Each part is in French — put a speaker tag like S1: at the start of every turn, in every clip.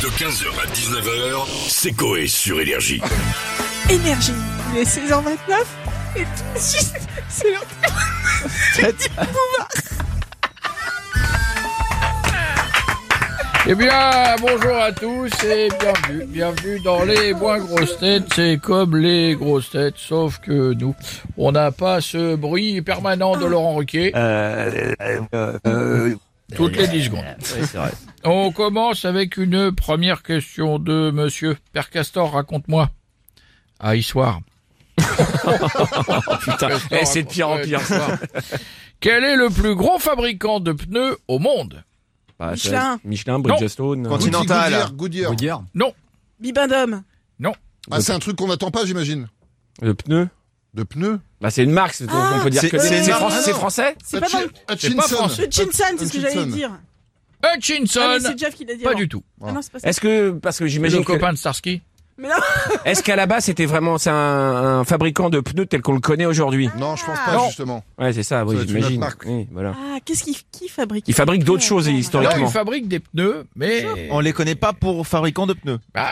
S1: De 15h à 19h, c'est Coé sur Énergie.
S2: Énergie. Il est 16h29 et tout de suite, c'est l'heure
S3: Eh bien, bonjour à tous et bienvenue, bienvenue dans les moins grosses têtes. C'est comme les grosses têtes, sauf que nous, on n'a pas ce bruit permanent de Laurent Ruquier
S4: Euh, euh, euh, euh,
S3: toutes les 10 secondes. On commence avec une première question de monsieur. Père Castor, raconte-moi. Ah, histoire. Putain,
S5: eh, c'est de pire en pire.
S3: Quel est le plus gros fabricant de pneus au monde
S5: Bah, c'est-
S2: Michelin.
S5: Michelin, euh, Bridgestone.
S6: Continental.
S7: Goodyear, Goodyear.
S6: Goodyear.
S3: Non,
S2: Bibendum.
S7: Ah, c'est un truc qu'on n'attend pas, j'imagine.
S5: Le pneu.
S7: De pneus.
S5: Bah, c'est une marque, c'est- donc
S2: Ah,
S5: on peut dire
S4: c'est-
S5: que
S4: c'est une marque.
S5: français. C'est français
S2: C'est pas dans le
S3: c'est pas français.
S2: le Chinson, c'est ce que j'allais dire.
S3: Hutchinson.
S2: Ah, mais c'est Jeff qui l'a dit.
S3: pas
S2: avant.
S3: du tout.
S2: Ah non, c'est pas ça.
S5: Est-ce que, parce que
S3: Le
S5: j'imagine que,
S3: copain de Starsky
S2: Mais non,
S5: est-ce qu'à la base c'était vraiment, c'est un, un fabricant de pneus tel qu'on le connaît aujourd'hui
S7: Non, je pense pas,
S5: Non.
S7: justement.
S5: Ouais, c'est ça, oui,
S7: doit être une autre
S5: j'imagine.
S7: marque.
S5: Oui, voilà.
S2: ah, qu'est-ce qu'il qui fabrique Ah, bah,
S5: Il fabrique d'autres choses historiquement.
S3: Alors, il fabrique des pneus, mais
S6: On les connaît pas pour fabricants de pneus.
S3: bah,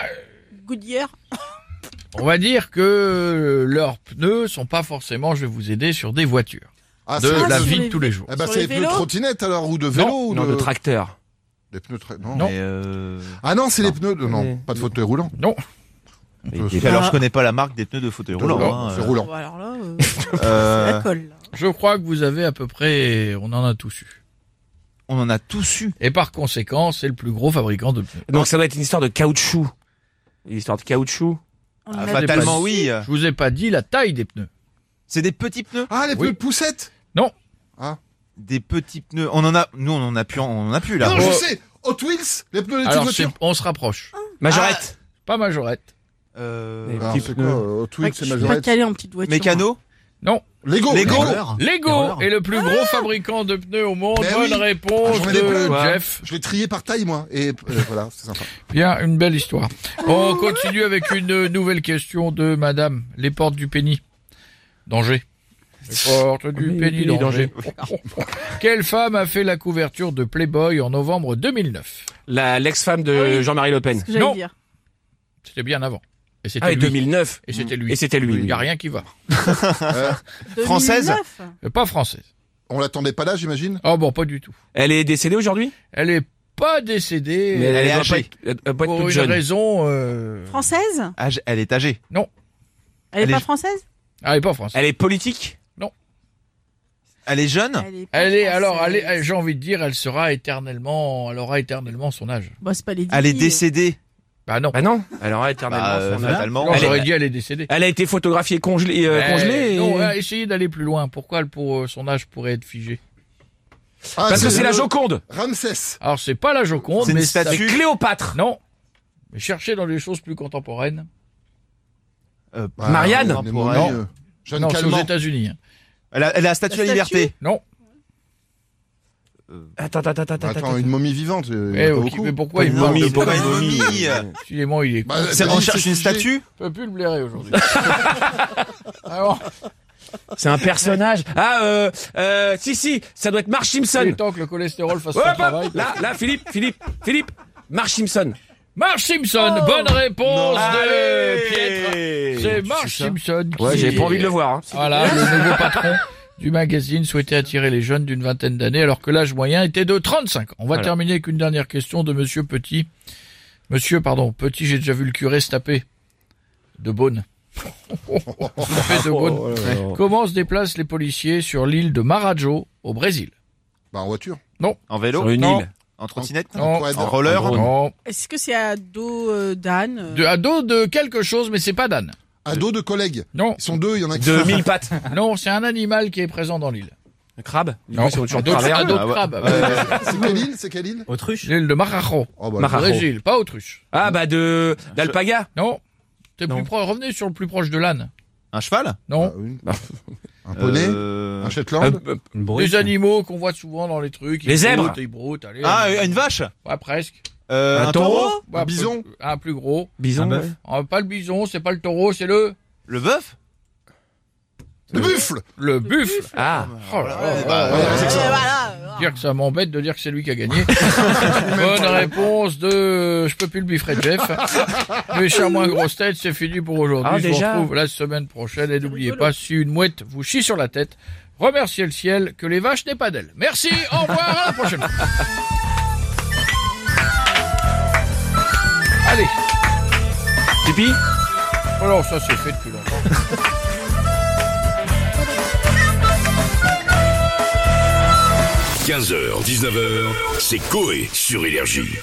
S2: Goodyear.
S3: on va dire que leurs pneus sont pas forcément, je vais vous aider, sur des voitures
S7: Ah,
S3: de
S7: c'est
S3: la
S2: sur
S3: vie
S2: les-
S3: de tous les jours.
S7: Eh ben,
S2: Sur
S7: c'est
S2: les
S7: des pneus de
S2: vélos
S7: trottinette, alors, ou de vélo
S5: Non,
S7: ou
S5: non, de
S7: de...
S5: tracteur.
S7: Des pneus tra- non.
S3: Non.
S6: Mais, euh,
S7: Ah non, c'est les pneus de... Non,
S5: Oui.
S7: pas de fauteuil roulant.
S6: et-
S7: Euh,
S6: et alors je connais pas la marque des pneus de fauteuil
S7: De
S6: roulant.
S7: roulant,
S6: hein,
S7: c'est
S6: euh.
S7: roulant.
S2: Bon, alors là, euh,
S6: Euh,
S2: la colle. là.
S3: Je crois que vous avez à peu près, on en a tous eu.
S6: on en a tous eu.
S3: Et par conséquent, c'est le plus gros fabricant de pneus.
S5: Donc ça doit être une histoire de caoutchouc. Une histoire de caoutchouc.
S2: On
S6: Ah,
S2: en a
S6: fatalement
S2: tous.
S6: oui.
S3: Je vous ai pas dit la taille des pneus.
S6: C'est des petits pneus.
S7: Ah, les
S3: Oui.
S7: pneus de poussette
S6: Des petits pneus. On en a. Nous on en a plus. On en a plus là.
S7: Non, je
S3: Oh.
S7: sais Hot Wheels Les pneus des
S3: Alors,
S7: petites
S3: c'est-
S7: voitures
S3: on se rapproche.
S5: Majorette.
S3: Pas majorette.
S6: Euh,
S5: Les
S7: Alors,
S5: petits
S7: c'est quoi
S5: pneus.
S7: euh, Hot
S2: Ouais,
S7: Wheels,
S2: je
S7: c'est
S2: suis pas
S7: majorette
S2: calé en petite voiture. hein.
S6: Mécano.
S7: Lego
S6: Lego.
S7: Ah,
S3: Lego est le plus gros fabricant de pneus au monde.
S7: Mais
S3: Bonne
S7: Ah Ben oui.
S3: réponse
S7: Ah, j'en ai
S3: de
S5: plein.
S3: Jeff.
S7: Je l'ai trié par taille, moi. Et euh, voilà, c'est sympa.
S3: Bien, une belle histoire. On continue avec une nouvelle question de madame. Les portes du pénis. Danger. Les portes du
S5: Oui,
S3: pénis,
S5: oui,
S3: danger. Quelle femme a fait la couverture de Playboy en novembre 2009
S5: La, l'ex-femme de
S2: Ah oui.
S5: Jean-Marie Le Pen.
S2: ce que j'allais
S3: Non.
S2: dire.
S3: C'était bien avant. Et c'était
S5: Ah, et
S3: lui.
S5: 2009.
S3: Et c'était lui.
S5: Et c'était lui.
S3: Il n'y a rien qui va.
S6: Française
S2: 2009.
S3: Euh, Pas française.
S7: Euh, On l'attendait pas là, j'imagine
S3: Oh bon, pas du tout.
S5: Elle est décédée aujourd'hui?
S3: Elle est pas décédée
S5: Mais
S3: euh,
S6: elle est
S5: doit
S6: âgée.
S5: pas être- Elle doit pas être
S3: pour
S5: toute
S3: une
S5: jeune.
S3: raison. euh,
S2: Française
S6: Âge- Elle est âgée.
S2: Elle est
S6: Elle
S2: pas
S6: est-
S2: française
S3: Ah, elle est pas française.
S5: Elle est politique?
S6: Elle est jeune.
S2: pas
S3: Ah. Elle est alors, elle est-
S2: française.
S3: elle- j'ai envie de dire, elle sera éternellement, elle aura éternellement son âge.
S2: Bon, c'est pas les
S6: Elle est
S2: Didi, euh.
S6: décédée.
S3: Bah non.
S5: Bah non, elle aura éternellement
S6: Bah, euh,
S5: son âme.
S6: fatalement.
S3: Non,
S5: Elle
S3: J'aurais
S5: est-
S3: dit, elle est décédée.
S5: Elle a été photographiée congelée. euh,
S3: Eh,
S5: congelée et-
S3: non, euh, essayez d'aller plus loin. Pourquoi elle- pour euh, son âge pourrait être figé
S7: Ah,
S5: Parce que c'est la
S7: le-
S5: Joconde.
S7: Ramsès
S3: Alors c'est pas la Joconde,
S6: C'est une
S3: mais ça-
S5: C'est
S6: statue. Tu-
S5: Cléopâtre.
S3: Non. Mais cherchez dans les choses plus contemporaines.
S6: Euh,
S7: Bah,
S5: Marianne
S7: on est mauvais,
S6: Non.
S7: euh, Jeanne
S3: non, c'est aux
S7: Calment.
S3: États-Unis. hein.
S6: Elle a, elle a la statue
S2: La
S6: à la
S2: statue
S6: liberté.
S3: Non.
S5: Attends, attends, attends, attends.
S7: Bah, Attends, une momie vivante, euh, il y
S3: Eh,
S7: en a pas
S3: ok,
S7: beaucoup.
S3: mais pourquoi il
S6: Une
S3: parle
S6: momie,
S3: de-
S6: c'est pas une
S5: momie.
S6: momie.
S3: Excusez-moi, il est.
S7: Bah,
S6: C'est-
S7: t'as
S6: on
S7: dit,
S6: cherche
S7: c'est
S6: une
S7: figé.
S6: statue.
S3: Je peux plus le blairer aujourd'hui. Alors,
S5: C'est un personnage. Ah, euh, euh, si, si, ça doit être Marsh Simpson.
S3: il est temps que le cholestérol fasse
S5: Hop,
S3: son
S5: hop,
S3: travail.
S5: là, là, Philippe, Philippe, Philippe. Marsh Simpson.
S3: Marge Simpson,
S2: Oh.
S3: bonne réponse de Pietre.
S6: Allez
S3: C'est Marge
S6: ça.
S3: Simpson.
S5: Ouais,
S3: qui
S5: j'avais pas
S3: est-
S5: envie de le voir. Hein.
S3: Voilà, le nouveau patron du magazine souhaitait attirer les jeunes d'une vingtaine d'années alors que l'âge moyen était de 35 ans. On va
S5: Voilà.
S3: terminer avec une dernière question de monsieur Petit. Monsieur, pardon, Petit, j'ai déjà vu le curé se taper. De Beaune. Curé de Beaune.
S5: Oh,
S3: Comment se déplacent les policiers sur l'île de Marajo au Brésil
S7: Bah, en voiture.
S6: En
S5: Sur
S6: vélo.
S5: une
S3: Non.
S5: île.
S6: En trottinette.
S3: Non.
S7: Ouais,
S6: En roller.
S5: En drone.
S3: Non,
S2: Est-ce que c'est à dos euh, d'âne euh,
S3: de, à dos de quelque chose, mais c'est pas d'âne.
S7: À dos de collègues.
S3: Non,
S7: Ils sont deux, il y en a qui
S5: De mille pattes.
S3: non, c'est un animal qui est présent dans l'île.
S5: Un crabe. Du
S3: Non,
S5: coup, c'est autre chose.
S3: un dos de-
S5: Travers.
S3: un dos de
S6: Ah ouais.
S3: crabe.
S7: Euh, C'est quelle île C'est quelle île
S6: Autruche.
S3: L'île de Marajo,
S7: oh, bah,
S5: Mar- Marajo.
S3: Brésil, pas autruche.
S5: Ah, bah, de, d'alpaga.
S3: Non. T'es
S5: Non.
S3: plus pro- Revenez sur le plus proche de l'âne.
S6: Un cheval.
S3: Non.
S7: bah, oui. Un poney
S6: Euh,
S7: Un Shetland
S5: Euh, euh,
S3: les animaux qu'on voit souvent dans les trucs. ils
S5: Les zèbres.
S3: broutent, Ils broutent, allez.
S6: Ah,
S3: allez.
S6: une vache
S3: Ouais, presque.
S6: Euh,
S5: Un
S6: Un
S5: taureau
S6: taureau
S3: Ouais,
S7: Un bison
S3: peu- Un plus gros.
S5: Bison.
S6: Un bœuf.
S5: ouais.
S3: Ah, pas le bison, c'est pas le taureau, c'est le...
S6: Le bœuf
S7: Le buffle
S3: Le buffle.
S5: Ah.
S3: Oh là là.
S6: bah,
S7: ouais,
S2: euh,
S7: c'est ça.
S2: voilà,
S3: dire que ça m'embête de dire que c'est lui qui a gagné. Bonne réponse de, je peux plus le biffrer de Jeff. Mes chers moins grosses têtes, c'est fini pour aujourd'hui.
S5: Ah,
S3: je vous
S5: déjà
S3: retrouve la semaine prochaine et n'oubliez pas, si une mouette vous chie sur la tête, remerciez le ciel que les vaches n'aient pas d'elle. Merci, au revoir, à la prochaine. fois. Allez.
S5: Tipeee
S3: Alors ça c'est fait depuis longtemps.
S1: heures. 15h, 19h, c'est Coé sur Énergie.